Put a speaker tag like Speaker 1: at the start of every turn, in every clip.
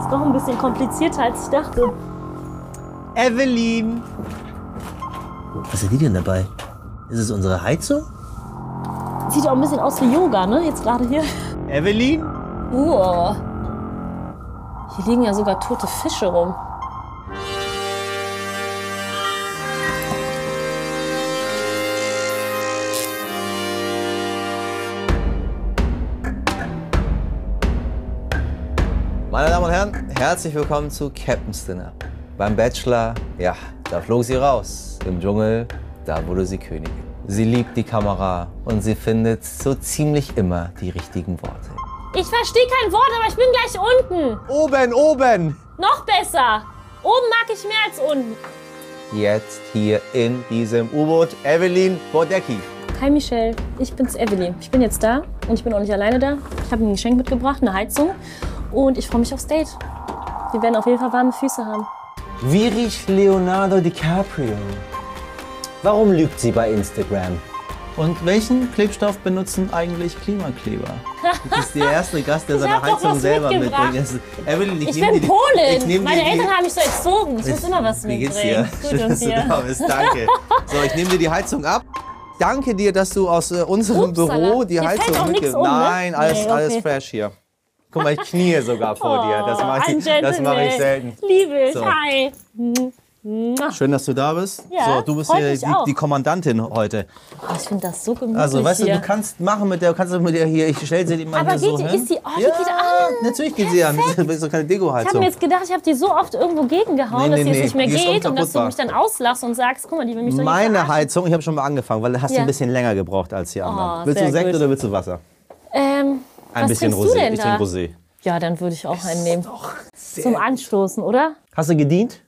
Speaker 1: ist doch ein bisschen komplizierter, als ich dachte.
Speaker 2: Evelyn!
Speaker 3: Was hat die denn dabei? Ist es unsere Heizung?
Speaker 1: Sieht auch ein bisschen aus wie Yoga, ne? Jetzt gerade hier.
Speaker 2: Evelyn?
Speaker 1: Uh. Hier liegen ja sogar tote Fische rum.
Speaker 4: Meine Damen und Herren, herzlich willkommen zu Captain's Dinner. Beim Bachelor, ja, da flog sie raus. Im Dschungel, da wurde sie Königin. Sie liebt die Kamera und sie findet so ziemlich immer die richtigen Worte.
Speaker 1: Ich verstehe kein Wort, aber ich bin gleich unten.
Speaker 2: Oben, oben!
Speaker 1: Noch besser. Oben mag ich mehr als unten.
Speaker 4: Jetzt hier in diesem U-Boot, Evelyn Bodecki.
Speaker 1: Hi Michelle, ich bin's Evelyn. Ich bin jetzt da und ich bin auch nicht alleine da. Ich habe ein Geschenk mitgebracht, eine Heizung und ich freue mich aufs Date. Wir werden auf jeden Fall warme Füße haben.
Speaker 3: Wie riecht Leonardo DiCaprio? Warum lügt sie bei Instagram?
Speaker 5: Und welchen Klebstoff benutzen eigentlich Klimakleber? Das ist der erste Gast, der
Speaker 1: Ich hab
Speaker 5: seine
Speaker 1: doch was
Speaker 5: Heizung selber
Speaker 1: mitgebracht.
Speaker 5: mitbringt. Das- Evelyn, ich,
Speaker 1: Ich
Speaker 5: nehm
Speaker 1: bin
Speaker 5: dir die- ich
Speaker 1: Polin.
Speaker 5: nehm
Speaker 1: Meine
Speaker 5: dir die-
Speaker 1: Eltern haben mich so erzogen. Ich muss immer was
Speaker 5: Wie geht's
Speaker 1: mitbringen.
Speaker 5: dir?
Speaker 1: Gut
Speaker 5: Schön,
Speaker 1: und
Speaker 5: dass du
Speaker 1: dir.
Speaker 5: da bist. Danke. So, ich nehme dir die Heizung ab. Danke dir, dass du aus äh, unserem
Speaker 1: Upsala.
Speaker 5: Büro die
Speaker 1: Dir fällt auch
Speaker 5: Heizung
Speaker 1: nix
Speaker 5: mitgibst.
Speaker 1: um, ne?
Speaker 5: Nein, alles,
Speaker 1: Nee, okay. Oh,
Speaker 5: alles fresh hier. Guck mal, ich knie sogar vor dir. Das mache
Speaker 1: ein
Speaker 5: ich, das mach ich
Speaker 1: Gentleman.
Speaker 5: selten.
Speaker 1: Liebe ich.
Speaker 5: So.
Speaker 1: Hi.
Speaker 5: Schön, dass du da bist.
Speaker 1: Ja,
Speaker 5: so, du bist
Speaker 1: freut
Speaker 5: hier
Speaker 1: mich
Speaker 5: die,
Speaker 1: auch.
Speaker 5: die Kommandantin heute.
Speaker 1: Oh, ich finde das so gemütlich
Speaker 5: Also, weißt du,
Speaker 1: hier.
Speaker 5: du kannst machen mit der, kannst du mit der hier, ich stell sie dir mal
Speaker 1: Aber
Speaker 5: hier so
Speaker 1: geht die-
Speaker 5: hin.
Speaker 1: ist die- oh, die
Speaker 5: ja,
Speaker 1: geht an.
Speaker 5: Natürlich geht sie an. Das ist doch keine
Speaker 1: ich habe
Speaker 5: Deko-Heizung.
Speaker 1: mir jetzt gedacht, ich habe die so oft irgendwo gegengehauen,
Speaker 5: Nee,
Speaker 1: dass
Speaker 5: nee,
Speaker 1: sie jetzt
Speaker 5: nee,
Speaker 1: nicht mehr
Speaker 5: die ist
Speaker 1: geht und dass du
Speaker 5: unkaputtbar.
Speaker 1: mich dann auslachst und sagst, guck mal, die will mich doch nicht
Speaker 5: Meine
Speaker 1: verarschen.
Speaker 5: Heizung, ich habe schon mal angefangen, weil hast du
Speaker 1: Ja.
Speaker 5: ein bisschen länger gebraucht als die anderen.
Speaker 1: Oh,
Speaker 5: willst du
Speaker 1: sehr
Speaker 5: Sekt
Speaker 1: gut.
Speaker 5: oder willst du Wasser?
Speaker 1: Ähm,
Speaker 5: Ein
Speaker 1: was
Speaker 5: bisschen
Speaker 1: trinkst
Speaker 5: Rosé.
Speaker 1: du denn
Speaker 5: ich
Speaker 1: da?
Speaker 5: nehme Rosé.
Speaker 1: Ja, dann würde ich auch einen nehmen. Zum Anstoßen, oder?
Speaker 5: Hast du gedient?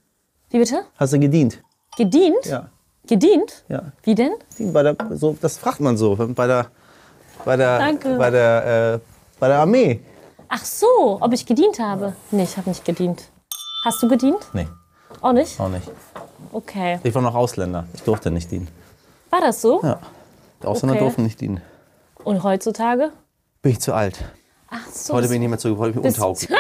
Speaker 1: Wie bitte?
Speaker 5: Hast du gedient?
Speaker 1: Gedient?
Speaker 5: Ja.
Speaker 1: Gedient?
Speaker 5: ja.
Speaker 1: Wie denn?
Speaker 5: Bei der, so, das fragt man so bei der, bei der,
Speaker 1: Danke.
Speaker 5: Bei der, äh, bei der Armee.
Speaker 1: Ach so, ob ich gedient habe. Nee, ich habe nicht gedient. Hast du gedient?
Speaker 5: Nee,
Speaker 1: Auch nicht?
Speaker 5: auch nicht.
Speaker 1: Okay.
Speaker 5: Ich war noch Ausländer. Ich durfte nicht dienen.
Speaker 1: War das so?
Speaker 5: Ja. Die Ausländer
Speaker 1: Okay.
Speaker 5: durften nicht dienen.
Speaker 1: Und heutzutage?
Speaker 5: Bin ich zu alt.
Speaker 1: Ach so.
Speaker 5: Heute bin ich nicht mehr zu heute bin ich untauglich.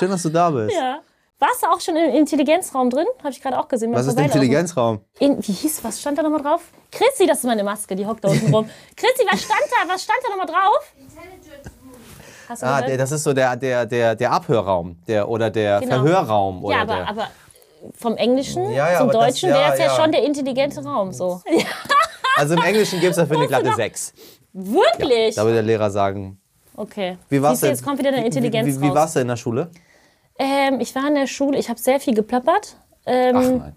Speaker 5: Schön, dass du da bist.
Speaker 1: ja. Warst du auch schon im Intelligenzraum drin? Habe ich gerade auch gesehen. beim
Speaker 5: Was ist der
Speaker 1: Vorbeilaufen.
Speaker 5: Intelligenzraum?
Speaker 1: In, wie hieß, was stand da nochmal drauf? Chrissy, das ist meine Maske, die hockt da unten rum. Chrissy, was stand da, was stand da nochmal drauf? Hast du
Speaker 5: Ah,
Speaker 1: gehört?
Speaker 5: der, das ist so der, der, der, der Abhörraum der, oder der
Speaker 1: Genau.
Speaker 5: Verhörraum. Oder
Speaker 1: ja,
Speaker 5: der,
Speaker 1: aber, aber vom Englischen
Speaker 5: Ja, ja,
Speaker 1: zum
Speaker 5: aber das-
Speaker 1: Deutschen
Speaker 5: ja,
Speaker 1: wäre es ja,
Speaker 5: ja.
Speaker 1: schon der intelligente Raum. So.
Speaker 5: Also im Englischen gibt es dafür eine glatte 6.
Speaker 1: Wirklich?
Speaker 5: Da würde der Lehrer sagen,
Speaker 1: okay.
Speaker 5: wie war's
Speaker 1: Siehst du,
Speaker 5: denn?
Speaker 1: jetzt kommt wieder
Speaker 5: Wie-
Speaker 1: eine Intelligenz
Speaker 5: Wie, wie, wie
Speaker 1: raus.
Speaker 5: war's denn in der Schule?
Speaker 1: Ähm, ich war in der Schule, ich habe sehr viel geplappert. Ähm,
Speaker 5: Ach nein.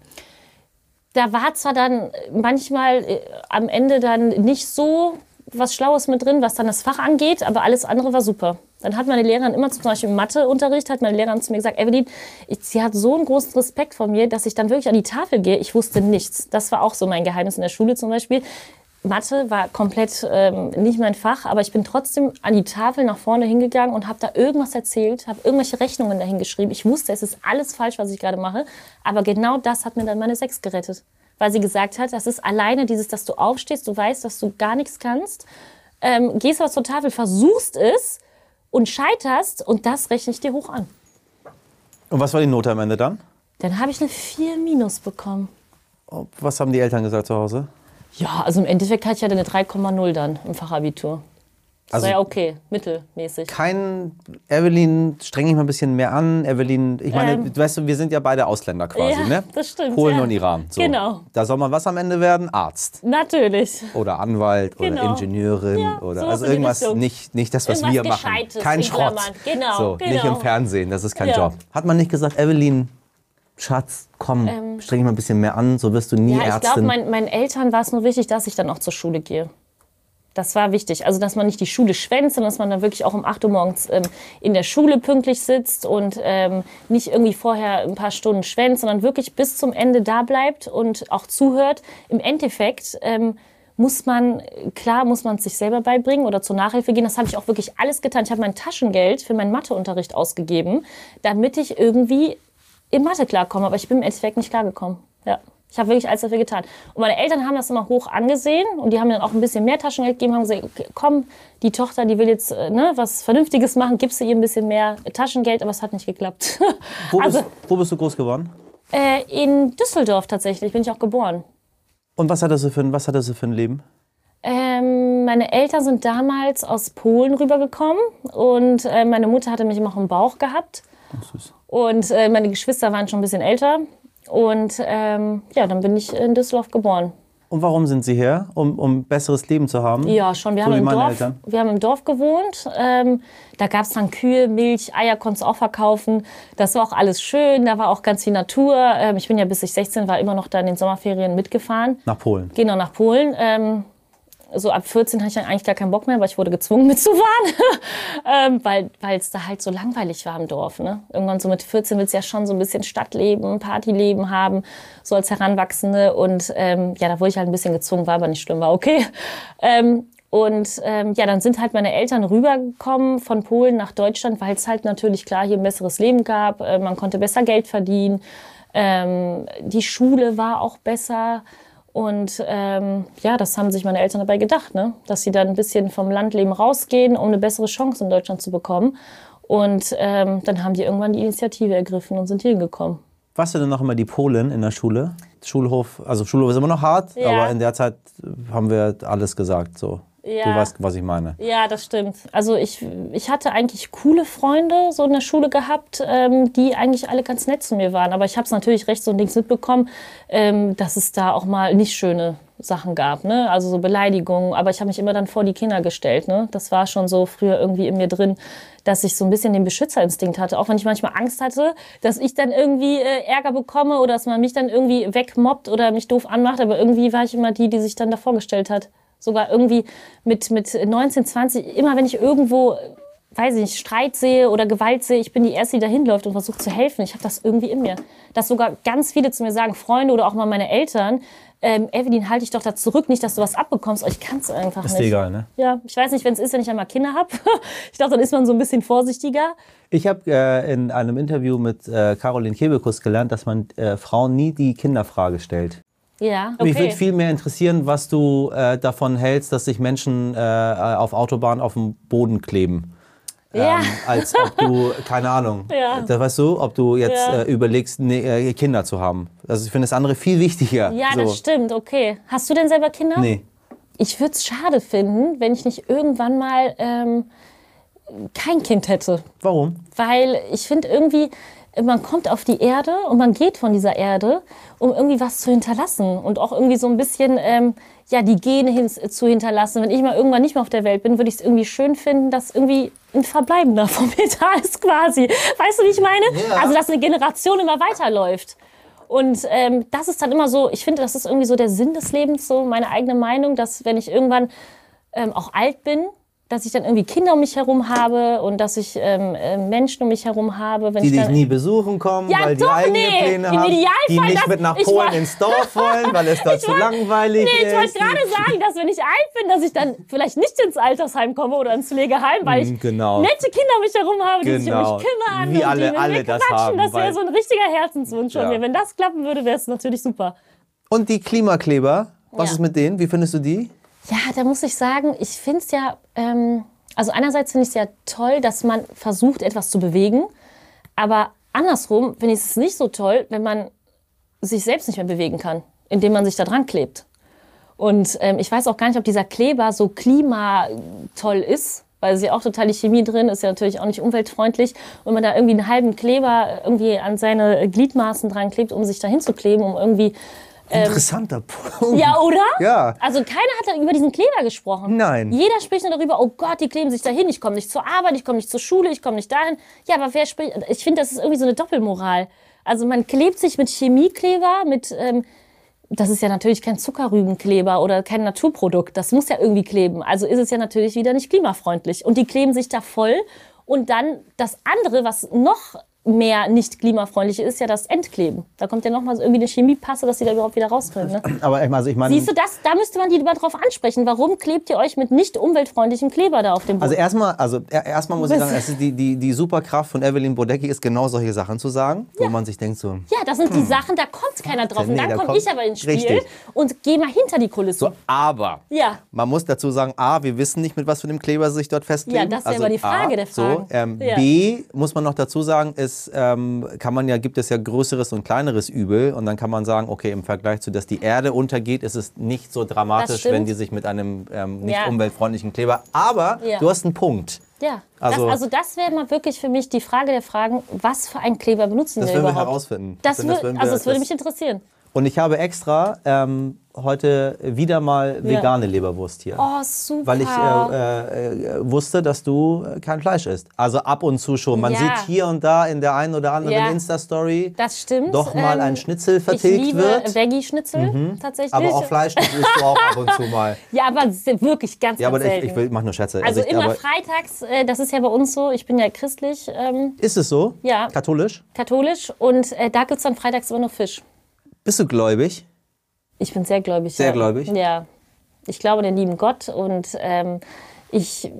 Speaker 1: da war zwar dann manchmal äh, am Ende dann nicht so was Schlaues mit drin, was dann das Fach angeht, aber alles andere war super. Dann hat meine Lehrerin immer zum Beispiel im Matheunterricht, hat meine Lehrerin zu mir gesagt, Evelyn, ich, sie hat so einen großen Respekt vor mir, dass ich dann wirklich an die Tafel gehe. Ich wusste nichts. Das war auch so mein Geheimnis in der Schule zum Beispiel. Mathe war komplett ähm, nicht mein Fach, aber ich bin trotzdem an die Tafel nach vorne hingegangen und habe da irgendwas erzählt, habe irgendwelche Rechnungen dahin geschrieben. Ich wusste, es ist alles falsch, was ich gerade mache, aber genau das hat mir dann meine Sechs gerettet, weil sie gesagt hat, das ist alleine dieses, dass du aufstehst, du weißt, dass du gar nichts kannst, ähm, gehst aber zur Tafel, versuchst es und scheiterst und das rechne ich dir hoch an.
Speaker 5: Und was war die Note am Ende dann?
Speaker 1: Dann habe ich eine 4 minus bekommen.
Speaker 5: Oh, Was haben die Eltern gesagt zu Hause?
Speaker 1: Ja, also im Endeffekt hatte ich ja dann eine 3,0 dann im Fachabitur. Das
Speaker 5: Also-
Speaker 1: war ja okay, mittelmäßig.
Speaker 5: Kein Evelyn, streng dich mal ein bisschen mehr an. Evelyn, ich meine,
Speaker 1: Ähm.
Speaker 5: weißt du, wir sind ja beide Ausländer quasi,
Speaker 1: Ja,
Speaker 5: ne?
Speaker 1: das stimmt,
Speaker 5: Polen
Speaker 1: ja.
Speaker 5: und Iran. So.
Speaker 1: Genau.
Speaker 5: Da soll man was am Ende werden? Arzt
Speaker 1: Natürlich.
Speaker 5: oder Anwalt oder
Speaker 1: Genau.
Speaker 5: Ingenieurin
Speaker 1: Ja,
Speaker 5: oder
Speaker 1: sowas
Speaker 5: also
Speaker 1: in die
Speaker 5: irgendwas
Speaker 1: Richtung.
Speaker 5: nicht, nicht das, was
Speaker 1: Irgendwas
Speaker 5: wir machen.
Speaker 1: Gescheites,
Speaker 5: Kein
Speaker 1: in
Speaker 5: Schrott.
Speaker 1: Klammern. Genau,
Speaker 5: so, Nicht
Speaker 1: genau.
Speaker 5: im Fernsehen, das ist kein
Speaker 1: Ja.
Speaker 5: Job. Hat man nicht gesagt, Evelyn, Schatz, komm, streng dich mal ein bisschen mehr an, so wirst du nie
Speaker 1: Ähm. Ja, ich glaube,
Speaker 5: Ärztin.
Speaker 1: mein, meinen Eltern war es nur wichtig, dass ich dann auch zur Schule gehe. Das war wichtig. Also, dass man nicht die Schule schwänzt, sondern dass man dann wirklich auch um 8 Uhr morgens ähm, in der Schule pünktlich sitzt und ähm, nicht irgendwie vorher ein paar Stunden schwänzt, sondern wirklich bis zum Ende da bleibt und auch zuhört. Im Endeffekt ähm, muss man, klar, muss man es sich selber beibringen oder zur Nachhilfe gehen. Das habe ich auch wirklich alles getan. Ich habe mein Taschengeld für meinen Matheunterricht ausgegeben, damit ich irgendwie im Mathe klarkomme. Aber ich bin im Endeffekt nicht klargekommen. Ja. Ich habe wirklich alles dafür getan. Und meine Eltern haben das immer hoch angesehen und die haben mir dann auch ein bisschen mehr Taschengeld gegeben, haben gesagt, okay, komm, die Tochter, die will jetzt äh, ne, was Vernünftiges machen, gibst du ihr ein bisschen mehr Taschengeld, aber es hat nicht geklappt.
Speaker 5: Wo,
Speaker 1: also
Speaker 5: bist, wo bist du groß geworden?
Speaker 1: äh, in Düsseldorf tatsächlich bin ich auch geboren.
Speaker 5: Und was hattest du für ein, was hattest du für ein Leben?
Speaker 1: Ähm, meine Eltern sind damals aus Polen rübergekommen und äh, meine Mutter hatte mich immer auch im Bauch gehabt. Und äh, meine Geschwister waren schon ein bisschen älter. Und ähm, ja, dann bin ich in Düsseldorf geboren.
Speaker 5: Und warum sind sie her? Um, um besseres Leben zu haben?
Speaker 1: Ja, schon. Wir,
Speaker 5: so
Speaker 1: haben,
Speaker 5: wie
Speaker 1: im
Speaker 5: meine
Speaker 1: Dorf,
Speaker 5: Eltern.
Speaker 1: wir haben im Dorf gewohnt. Ähm, da gab es dann Kühe, Milch, Eier konntest du auch verkaufen. Das war auch alles schön. Da war auch ganz viel Natur. Ähm, ich bin ja, bis ich 16 war, immer noch da in den Sommerferien mitgefahren.
Speaker 5: Nach Polen.
Speaker 1: Genau, nach Polen. Ähm, so ab 14 hatte ich dann eigentlich gar keinen Bock mehr, weil ich wurde gezwungen mitzufahren, ähm, weil weil es da halt so langweilig war im Dorf. Ne? Irgendwann so mit 14 willst du ja schon so ein bisschen Stadtleben, Partyleben haben, so als Heranwachsende. Und ähm, ja, da wurde ich halt ein bisschen gezwungen, war aber nicht schlimm, war okay. Ähm, und ähm, ja, dann sind halt meine Eltern rübergekommen von Polen nach Deutschland, weil es halt natürlich klar hier ein besseres Leben gab, äh, man konnte besser Geld verdienen, ähm, die Schule war auch besser. Und ähm, ja, das haben sich meine Eltern dabei gedacht, ne? dass sie dann ein bisschen vom Landleben rausgehen, um eine bessere Chance in Deutschland zu bekommen. Und ähm, dann haben die irgendwann die Initiative ergriffen und sind hier hingekommen.
Speaker 5: Warst du denn noch immer die Polin in der Schule? Schulhof, also Schulhof ist immer noch hart,
Speaker 1: Ja.
Speaker 5: aber in der Zeit haben wir alles gesagt. So.
Speaker 1: Ja.
Speaker 5: Du weißt, was ich meine.
Speaker 1: Ja, das stimmt. Also ich, ich hatte eigentlich coole Freunde so in der Schule gehabt, ähm, die eigentlich alle ganz nett zu mir waren. Aber ich habe es natürlich rechts und links mitbekommen, ähm, dass es da auch mal nicht schöne Sachen gab, ne? Also so Beleidigungen. Aber ich habe mich immer dann vor die Kinder gestellt, ne? Das war schon so früher irgendwie in mir drin, dass ich so ein bisschen den Beschützerinstinkt hatte. Auch wenn ich manchmal Angst hatte, dass ich dann irgendwie äh, Ärger bekomme oder dass man mich dann irgendwie wegmobbt oder mich doof anmacht. Aber irgendwie war ich immer die, die sich dann davor gestellt hat sogar irgendwie mit, mit 19, 20, immer wenn ich irgendwo, weiß ich nicht, Streit sehe oder Gewalt sehe, ich bin die Erste, die dahin läuft und versucht zu helfen. Ich habe das irgendwie in mir. Dass sogar ganz viele zu mir sagen, Freunde oder auch mal meine Eltern, ähm, Evelyn, halte dich doch da zurück, nicht, dass du was abbekommst, aber ich kann es einfach
Speaker 5: Ist
Speaker 1: nicht.
Speaker 5: dir egal, ne?
Speaker 1: Ja, ich weiß nicht, wenn es ist, wenn ich einmal Kinder habe. ich glaube, dann ist man so ein bisschen vorsichtiger.
Speaker 5: Ich habe äh, in einem Interview mit äh, Caroline Kebekus gelernt, dass man äh, Frauen nie die Kinderfrage stellt.
Speaker 1: Ja, okay.
Speaker 5: Mich würde viel mehr interessieren, was du äh, davon hältst, dass sich Menschen äh, auf Autobahnen auf dem Boden kleben.
Speaker 1: Ja.
Speaker 5: Ähm, als ob du, keine Ahnung,
Speaker 1: Ja.
Speaker 5: da weißt du, ob du jetzt
Speaker 1: Ja.
Speaker 5: äh, überlegst, ne, äh, Kinder zu haben. Also ich finde das andere viel wichtiger.
Speaker 1: ja,
Speaker 5: so.
Speaker 1: das stimmt, okay. Hast du denn selber Kinder?
Speaker 5: Nee.
Speaker 1: ich würde es schade finden, wenn ich nicht irgendwann mal ähm, kein Kind hätte.
Speaker 5: Warum?
Speaker 1: Weil ich finde irgendwie, man kommt auf die Erde und man geht von dieser Erde, um irgendwie was zu hinterlassen und auch irgendwie so ein bisschen ähm, ja, die Gene hin zu hinterlassen. Wenn ich mal irgendwann nicht mehr auf der Welt bin, würde ich es irgendwie schön finden, dass irgendwie ein Verbleibender von mir da ist quasi. Weißt du, wie ich meine? Also, dass eine Generation immer weiterläuft. Und ähm, das ist dann immer so, ich finde, das ist irgendwie so der Sinn des Lebens, so meine eigene Meinung, dass wenn ich irgendwann ähm, auch alt bin, dass ich dann irgendwie Kinder um mich herum habe und dass ich ähm, äh, Menschen um mich herum habe, wenn
Speaker 4: Die
Speaker 1: ich
Speaker 4: dich
Speaker 1: dann
Speaker 4: nie besuchen kommen,
Speaker 1: Ja,
Speaker 4: weil die
Speaker 1: doch,
Speaker 4: eigene
Speaker 1: nee.
Speaker 4: Pläne
Speaker 1: Im
Speaker 4: haben, die
Speaker 1: Idealfall,
Speaker 4: nicht
Speaker 1: dass-
Speaker 4: mit nach
Speaker 1: ich
Speaker 4: Polen
Speaker 1: wollt-
Speaker 4: ins Dorf wollen, weil es dort zu
Speaker 1: wollt-
Speaker 4: langweilig
Speaker 1: Nee, ich wollte
Speaker 4: ist.
Speaker 1: gerade sagen, dass wenn ich alt bin, dass ich dann vielleicht nicht ins Altersheim komme oder ins Pflegeheim, weil ich
Speaker 4: genau.
Speaker 1: nette Kinder um mich herum habe, die sich um
Speaker 4: Genau.
Speaker 1: mich kümmern
Speaker 4: Wie
Speaker 1: und
Speaker 4: alle-
Speaker 1: die mit
Speaker 4: alle
Speaker 1: mir
Speaker 4: das
Speaker 1: quatschen.
Speaker 4: haben,
Speaker 1: das wäre
Speaker 4: weil-
Speaker 1: so ein richtiger Herzenswunsch von
Speaker 4: Ja.
Speaker 1: mir. Wenn das klappen würde, wäre es natürlich super.
Speaker 4: Und die Klimakleber, was
Speaker 1: Ja.
Speaker 4: ist mit denen? Wie findest du die?
Speaker 1: Ja, da muss ich sagen, ich finde es ja, ähm, also einerseits finde ich es ja toll, dass man versucht, etwas zu bewegen, aber andersrum finde ich es nicht so toll, wenn man sich selbst nicht mehr bewegen kann, indem man sich da dran klebt. Und ähm, ich weiß auch gar nicht, ob dieser Kleber so klimatoll ist, weil es ja auch total die Chemie drin ist, ja natürlich auch nicht umweltfreundlich. Und man da irgendwie einen halben Kleber irgendwie an seine Gliedmaßen dran klebt, um sich dahin zu kleben, um irgendwie.
Speaker 4: Interessanter Punkt.
Speaker 1: Ja, oder?
Speaker 4: Ja.
Speaker 1: Also keiner hat da über diesen Kleber gesprochen.
Speaker 4: Nein.
Speaker 1: Jeder spricht nur darüber, oh Gott, die kleben sich dahin, ich komme nicht zur Arbeit, ich komme nicht zur Schule, ich komme nicht dahin. Ja, aber wer spricht, ich finde, das ist irgendwie so eine Doppelmoral. Also man klebt sich mit Chemiekleber, mit, ähm, das ist ja natürlich kein Zuckerrübenkleber oder kein Naturprodukt, das muss ja irgendwie kleben. Also ist es ja natürlich wieder nicht klimafreundlich. Und die kleben sich da voll und dann das andere, was noch mehr nicht klimafreundliche ist ja das Entkleben. Da kommt ja nochmal irgendwie eine Chemiepasse, dass die da überhaupt wieder raus können. Ne?
Speaker 5: Aber ich- also ich meine,
Speaker 1: Siehst du, das, da müsste man die lieber drauf ansprechen. Warum klebt ihr euch mit nicht umweltfreundlichem Kleber da auf dem Boden?
Speaker 4: Also erstmal, also er- erstmal muss ich sagen, es ist die, die, die Superkraft von Evelyn Bodecki ist genau solche Sachen zu sagen, wo man sich denkt so,
Speaker 1: ja, das sind die Sachen, da kommt keiner drauf. Und
Speaker 4: Hm. Nee,
Speaker 1: dann
Speaker 4: da
Speaker 1: komme
Speaker 4: kommt-
Speaker 1: ich aber ins Spiel
Speaker 4: Richtig.
Speaker 1: und gehe mal hinter die Kulissen.
Speaker 4: aber
Speaker 1: Ja.
Speaker 4: man muss dazu sagen, a, wir wissen nicht, mit was für einem Kleber sie sich dort festlegen. Also
Speaker 1: Ja, das wäre aber die Frage
Speaker 4: a,
Speaker 1: der
Speaker 4: So,
Speaker 1: Fragen.
Speaker 4: ähm,
Speaker 1: Ja.
Speaker 4: B, muss man noch dazu sagen, ist, ähm, kann man ja, gibt es ja größeres und kleineres Übel und dann kann man sagen, okay, im Vergleich zu, dass die Erde untergeht, ist es nicht so dramatisch,
Speaker 1: stimmt.
Speaker 4: wenn die sich mit einem ähm, nicht
Speaker 1: Ja.
Speaker 4: umweltfreundlichen Kleber, aber
Speaker 1: Ja.
Speaker 4: du hast einen Punkt.
Speaker 1: Ja,
Speaker 4: Also-
Speaker 1: also das, also das wäre mal wirklich für mich die Frage der Fragen, was für einen Kleber benutzen
Speaker 4: Das
Speaker 1: wir
Speaker 4: werden wir
Speaker 1: überhaupt?
Speaker 4: herausfinden. Ich
Speaker 1: das
Speaker 4: finde,
Speaker 1: wür-
Speaker 4: werden wir-
Speaker 1: also es
Speaker 4: das-
Speaker 1: würde mich interessieren.
Speaker 5: und ich habe extra ähm, heute wieder mal vegane Leberwurst hier.
Speaker 1: Oh, super.
Speaker 5: Weil ich äh, äh, äh, wusste, dass du äh, kein Fleisch isst. Also ab und zu schon. Man
Speaker 1: Ja.
Speaker 5: sieht hier und da in der einen oder anderen
Speaker 1: Ja.
Speaker 5: Insta-Story
Speaker 1: das stimmt.
Speaker 5: doch mal
Speaker 1: Ähm,
Speaker 5: ein Schnitzel vertilgt
Speaker 1: Ich liebe
Speaker 5: wird.
Speaker 1: Veggie-Schnitzel
Speaker 4: Mhm.
Speaker 1: tatsächlich.
Speaker 5: Aber auch Fleisch, das isst du auch ab und zu mal.
Speaker 1: Ja, aber es ist wirklich ganz,
Speaker 4: Ja,
Speaker 1: ganz
Speaker 4: aber ich,
Speaker 1: selten.
Speaker 4: ich will, mach nur Scherze.
Speaker 1: also
Speaker 4: ich,
Speaker 1: immer
Speaker 4: aber,
Speaker 1: freitags, äh, das ist ja bei uns so, ich bin ja christlich, ähm,
Speaker 5: Ist es so?
Speaker 1: Ja.
Speaker 5: Katholisch?
Speaker 1: katholisch und äh, da gibt es dann freitags immer nur Fisch.
Speaker 4: bist du gläubig?
Speaker 1: Ich bin sehr gläubig.
Speaker 4: Sehr
Speaker 1: ja.
Speaker 4: gläubig?
Speaker 1: Ja. Ich glaube an den lieben Gott und ähm, ich,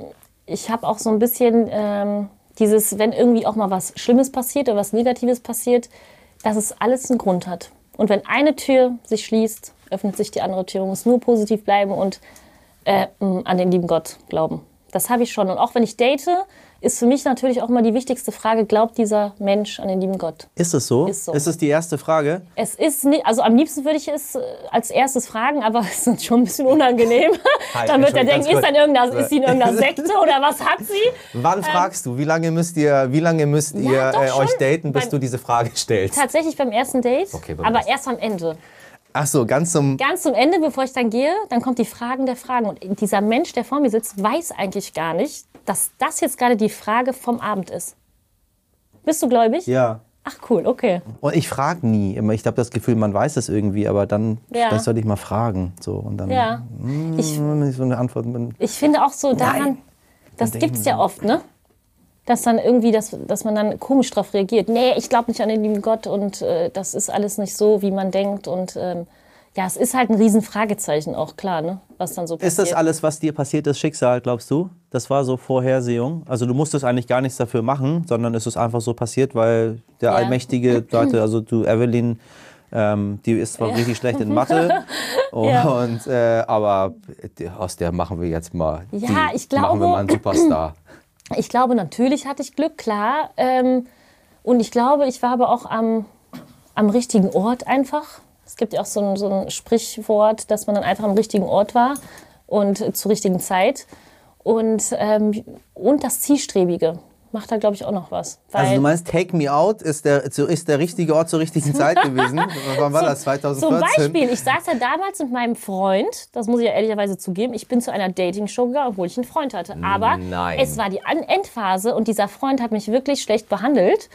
Speaker 1: ich habe auch so ein bisschen ähm, dieses, wenn irgendwie auch mal was Schlimmes passiert oder was Negatives passiert, dass es alles einen Grund hat. Und wenn eine Tür sich schließt, öffnet sich die andere Tür. Man muss nur positiv bleiben und äh, mh, an den lieben Gott glauben. Das habe ich schon. Und auch wenn ich date, ist für mich natürlich auch mal die wichtigste Frage, glaubt dieser Mensch an den lieben Gott?
Speaker 5: Ist es so?
Speaker 1: Ist so.
Speaker 5: Ist es die erste Frage?
Speaker 1: Es ist nicht, also am liebsten würde ich es äh, als erstes fragen, aber es ist schon ein bisschen unangenehm. dann wird er
Speaker 4: Entschuldigung,
Speaker 1: denken,
Speaker 4: ganz Äh.
Speaker 1: ist, dann irgendeiner, ist sie in irgendeiner Sekte oder was hat sie?
Speaker 4: Wann fragst du? Wie lange müsst ihr, wie lange müsst ihr
Speaker 1: Ähm, doch
Speaker 4: äh, euch
Speaker 1: schon.
Speaker 4: daten, bis
Speaker 1: Beim-
Speaker 4: du diese Frage stellst?
Speaker 1: Tatsächlich beim ersten Date,
Speaker 4: Okay, beim
Speaker 1: aber
Speaker 4: ersten.
Speaker 1: erst am Ende.
Speaker 4: Ach so, ganz zum.
Speaker 1: Ganz zum Ende, bevor ich dann gehe, dann kommt die Fragen der Fragen. Und dieser Mensch, der vor mir sitzt, weiß eigentlich gar nicht, dass das jetzt gerade die Frage vom Abend ist. Bist du gläubig?
Speaker 5: Ja.
Speaker 1: Ach cool, okay.
Speaker 5: Oh,
Speaker 4: Und ich frage nie. Immer, ich habe das Gefühl, man weiß es irgendwie, aber dann
Speaker 1: Ja.
Speaker 4: das sollte ich mal fragen. So und dann
Speaker 1: Ja.
Speaker 5: hm,
Speaker 1: Ich,
Speaker 4: wenn ich so eine Antwort. Bin.
Speaker 1: Ich finde auch so daran, das gibt's ja oft, ne? Dass dann irgendwie, dass, dass man dann komisch drauf reagiert. Nee, ich glaube nicht an den lieben Gott und äh, das ist alles nicht so, wie man denkt. Und ähm, ja, es ist halt ein riesen Fragezeichen auch, klar, ne? Was dann so passiert.
Speaker 5: Ist das alles, was dir passiert ist, Schicksal, glaubst du? Das war so Vorhersehung. Also du musstest eigentlich gar nichts dafür machen, sondern es ist einfach so passiert, weil der
Speaker 1: Ja.
Speaker 5: allmächtige Leute, also du, Evelyn, ähm, die ist zwar richtig schlecht in Mathe,
Speaker 4: Und,
Speaker 1: Ja.
Speaker 4: äh, aber aus der machen wir jetzt mal.
Speaker 1: Ja,
Speaker 4: die,
Speaker 1: ich glaube-
Speaker 4: Machen wir mal einen Superstar.
Speaker 1: Ich glaube, natürlich hatte ich Glück, klar. Ähm, und ich glaube, ich war aber auch am, am richtigen Ort einfach. Es gibt ja auch so ein, so ein Sprichwort, dass man dann einfach am richtigen Ort war und äh, zur richtigen Zeit. Und, ähm, und das Zielstrebige macht da, glaube ich, auch noch was. Weil
Speaker 4: Also du meinst, Take Me Out ist der, zu- ist der richtige Ort zur richtigen Zeit gewesen. Wann war das? 2014?
Speaker 1: zum Beispiel, ich saß ja damals mit meinem Freund, das muss ich ja ehrlicherweise zugeben, ich bin zu einer Dating-Show gegangen, obwohl ich einen Freund hatte. Aber
Speaker 4: Nein.
Speaker 1: es war die An Endphase und dieser Freund hat mich wirklich schlecht behandelt.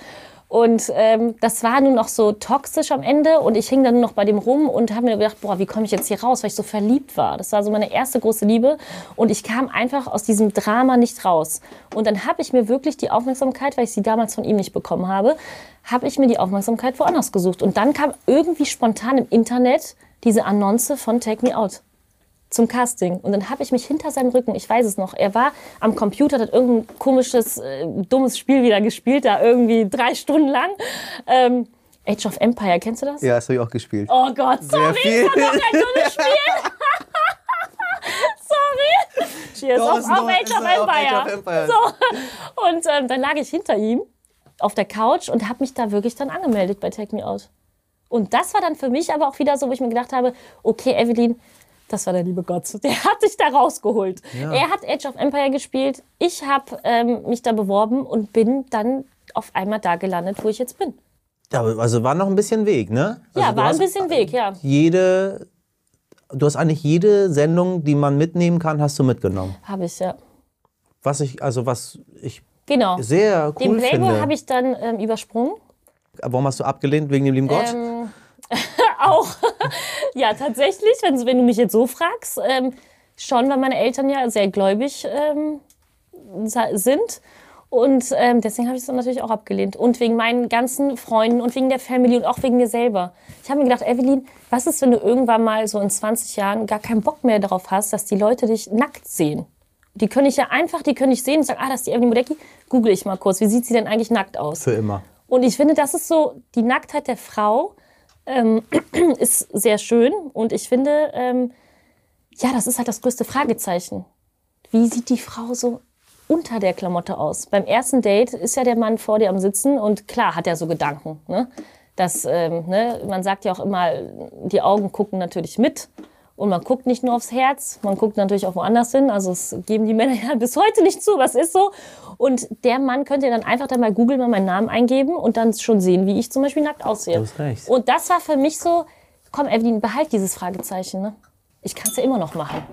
Speaker 1: Und ähm, das war nun noch so toxisch am Ende und ich hing dann nur noch bei dem rum und habe mir gedacht, boah, wie komme ich jetzt hier raus, weil ich so verliebt war. Das war so meine erste große Liebe und ich kam einfach aus diesem Drama nicht raus. Und dann habe ich mir wirklich die Aufmerksamkeit, weil ich sie damals von ihm nicht bekommen habe, habe ich mir die Aufmerksamkeit woanders gesucht. Und dann kam irgendwie spontan im Internet diese Annonce von Take Me Out zum Casting. Und dann habe ich mich hinter seinem Rücken, ich weiß es noch, er war am Computer, hat irgendein komisches, äh, dummes Spiel wieder gespielt, da irgendwie drei Stunden lang. Ähm, Age of Empire, kennst du das?
Speaker 4: Ja, das habe ich auch gespielt.
Speaker 1: Oh Gott, sorry,
Speaker 4: viel.
Speaker 1: das war doch ein dummes Spiel. sorry. Cheers,
Speaker 4: Doch,
Speaker 1: auf,
Speaker 4: ist
Speaker 1: auf,
Speaker 4: noch-
Speaker 1: Age
Speaker 4: ist
Speaker 1: of
Speaker 4: noch auf Age
Speaker 1: Empire.
Speaker 4: of Empires.
Speaker 1: So. Und ähm, dann lag ich hinter ihm auf der Couch und habe mich da wirklich dann angemeldet bei Take Me Out. Und das war dann für mich aber auch wieder so, wo ich mir gedacht habe, okay, Evelyn, das war der liebe Gott. Der hat dich da rausgeholt. Er hat Age of Empire gespielt, ich habe ähm, mich da beworben und bin dann auf einmal da gelandet, wo ich jetzt bin.
Speaker 5: Ja, aber also war noch ein bisschen Weg, ne? Also
Speaker 1: ja,
Speaker 5: du
Speaker 1: war
Speaker 5: hast
Speaker 1: ein bisschen Weg, ja.
Speaker 5: Jede, du hast eigentlich jede Sendung, die man mitnehmen kann, hast du mitgenommen.
Speaker 1: Habe ich, ja.
Speaker 5: Was ich, also was ich
Speaker 1: Genau.
Speaker 5: sehr cool
Speaker 1: Den Playboy
Speaker 5: finde.
Speaker 1: habe ich dann ähm, übersprungen.
Speaker 5: Warum hast du abgelehnt? Wegen dem lieben Gott?
Speaker 1: Ähm, auch. ja, tatsächlich, wenn, wenn du mich jetzt so fragst, ähm, schon, weil meine Eltern ja sehr gläubig ähm, sa- sind. Und ähm, deswegen habe ich es dann natürlich auch abgelehnt. Und wegen meinen ganzen Freunden und wegen der Family und auch wegen mir selber. Ich habe mir gedacht, Evelyn, was ist, wenn du irgendwann mal so in 20 Jahren gar keinen Bock mehr darauf hast, dass die Leute dich nackt sehen? Die können ich ja einfach, die können ich sehen und sagen, ah, das ist die Evelyn Modecki. Google ich mal kurz, wie sieht sie denn eigentlich nackt aus?
Speaker 5: Für immer.
Speaker 1: Und ich finde, das ist so, die Nacktheit der Frau ähm, ist sehr schön. Und ich finde, ähm, ja, das ist halt das größte Fragezeichen. Wie sieht die Frau so unter der Klamotte aus? Beim ersten Date ist ja der Mann vor dir am Sitzen und klar hat er so Gedanken. Ne? Das, ähm, ne? Man sagt ja auch immer, die Augen gucken natürlich mit. Und man guckt nicht nur aufs Herz, man guckt natürlich auch woanders hin. Also es geben die Männer ja bis heute nicht zu, was ist so. Und der Mann könnte ja dann einfach dann bei Google mal meinen Namen eingeben und dann schon sehen, wie ich zum Beispiel nackt aussehe.
Speaker 5: Du hast recht.
Speaker 1: Und das war für mich so, komm Evelyn, behalt dieses Fragezeichen. Ne? Ich kann es ja immer noch machen.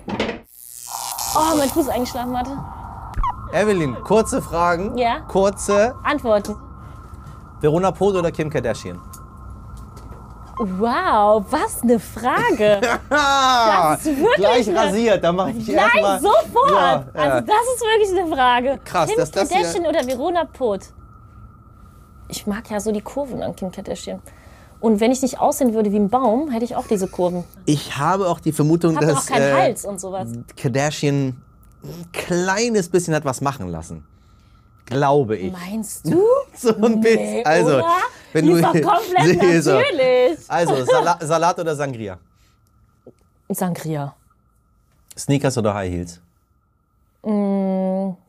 Speaker 1: Oh, mein Fuß eingeschlafen, warte.
Speaker 4: Evelyn, kurze Fragen.
Speaker 1: Ja.
Speaker 4: Kurze.
Speaker 1: Antworten.
Speaker 4: Verona Poth oder Kim Kardashian?
Speaker 1: Wow, was eine Frage. das ist wirklich
Speaker 4: Gleich
Speaker 1: eine-
Speaker 4: rasiert, da mache ich
Speaker 1: Nein,
Speaker 4: erstmal.
Speaker 1: sofort.
Speaker 4: Ja, ja.
Speaker 1: Also das ist wirklich eine Frage.
Speaker 4: Krass,
Speaker 1: Kim
Speaker 4: dass das hier-
Speaker 1: Kardashian oder Verona Poth? Ich mag ja so die Kurven an Kim Kardashian. Und wenn ich nicht aussehen würde wie ein Baum, hätte ich auch diese Kurven.
Speaker 4: Ich habe auch die Vermutung,
Speaker 1: Hat doch auch
Speaker 4: dass
Speaker 1: keinen Halt.
Speaker 4: äh,
Speaker 1: Hals und sowas.
Speaker 4: Kardashian ein kleines bisschen hat was machen lassen. Glaube ich.
Speaker 1: Meinst du?
Speaker 4: So ein bisschen.
Speaker 1: Nee,
Speaker 4: also,
Speaker 1: oder?
Speaker 4: wenn
Speaker 1: die
Speaker 4: du
Speaker 1: ist doch komplett
Speaker 4: Sie ist doch-
Speaker 1: natürlich.
Speaker 4: Also, Salat, Salat oder Sangria?
Speaker 1: Sangria,
Speaker 5: Sneakers oder High Heels?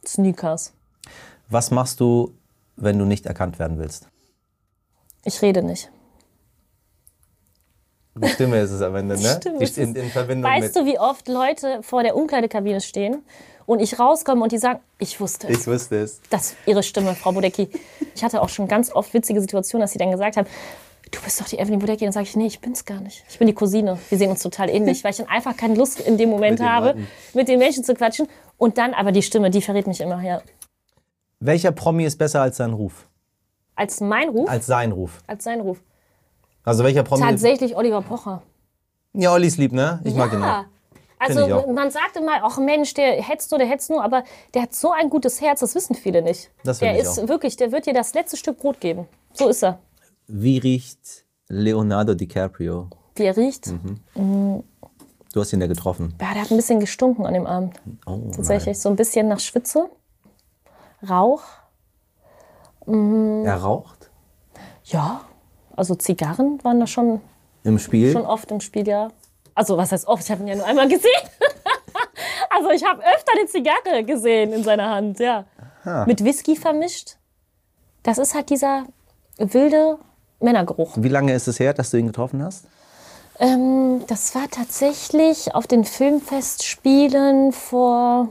Speaker 1: Sneakers.
Speaker 5: Was machst du, wenn du nicht erkannt werden willst?
Speaker 1: Ich rede nicht.
Speaker 4: Die Stimme ist es am Ende, ne?
Speaker 1: Stimme
Speaker 4: Die
Speaker 1: ist
Speaker 4: steht in Verbindung mit.
Speaker 1: Weißt du, wie oft Leute vor der Umkleidekabine stehen und ich rauskomme und die sagen, ich wusste es.
Speaker 4: ich wusste es.
Speaker 1: Das ist ihre Stimme, Frau Bodecki. Ich hatte auch schon ganz oft witzige Situationen, dass sie dann gesagt haben, du bist doch die Evelyn Bodecki. Dann sage ich, nee, ich bin's gar nicht. Ich bin die Cousine. Wir sehen uns total ähnlich, weil ich dann einfach keine Lust in dem Moment
Speaker 4: den
Speaker 1: habe,
Speaker 4: Leuten.
Speaker 1: mit den Menschen zu quatschen. Und dann aber die Stimme, die verrät mich immer her.
Speaker 5: Welcher Promi ist besser als sein Ruf?
Speaker 1: Als mein Ruf,
Speaker 5: Als sein Ruf.
Speaker 1: als sein Ruf.
Speaker 5: Also welcher Promi?
Speaker 1: Tatsächlich Oliver Pocher.
Speaker 5: Ja, Olli ist lieb, ne? Ich mag ihn auch.
Speaker 1: Ja. Also
Speaker 5: ich auch.
Speaker 1: man sagt immer, ach Mensch, der hetzt nur, der hetzt nur, aber der hat so ein gutes Herz, das wissen viele nicht.
Speaker 5: Das
Speaker 1: der
Speaker 5: finde ich
Speaker 1: ist
Speaker 5: auch.
Speaker 1: wirklich, der wird dir das letzte Stück Brot geben. So ist er.
Speaker 4: Wie riecht Leonardo DiCaprio?
Speaker 1: Wie er riecht.
Speaker 5: Mhm.
Speaker 4: Du hast ihn ja getroffen.
Speaker 1: Ja, der hat ein bisschen gestunken an dem Abend.
Speaker 4: Oh,
Speaker 1: Tatsächlich so ein bisschen nach Schwitze, Rauch.
Speaker 4: Er raucht?
Speaker 1: Ja, also Zigarren waren da schon,
Speaker 4: Im Spiel?
Speaker 1: schon oft im Spiel, ja. Also was heißt oft? Ich habe ihn ja nur einmal gesehen. also ich habe öfter eine Zigarre gesehen in seiner Hand, ja. Mit Whisky vermischt. Das ist halt dieser wilde Männergeruch.
Speaker 5: Wie lange ist es her, dass du ihn getroffen hast?
Speaker 1: Ähm, das war tatsächlich auf den Filmfestspielen vor,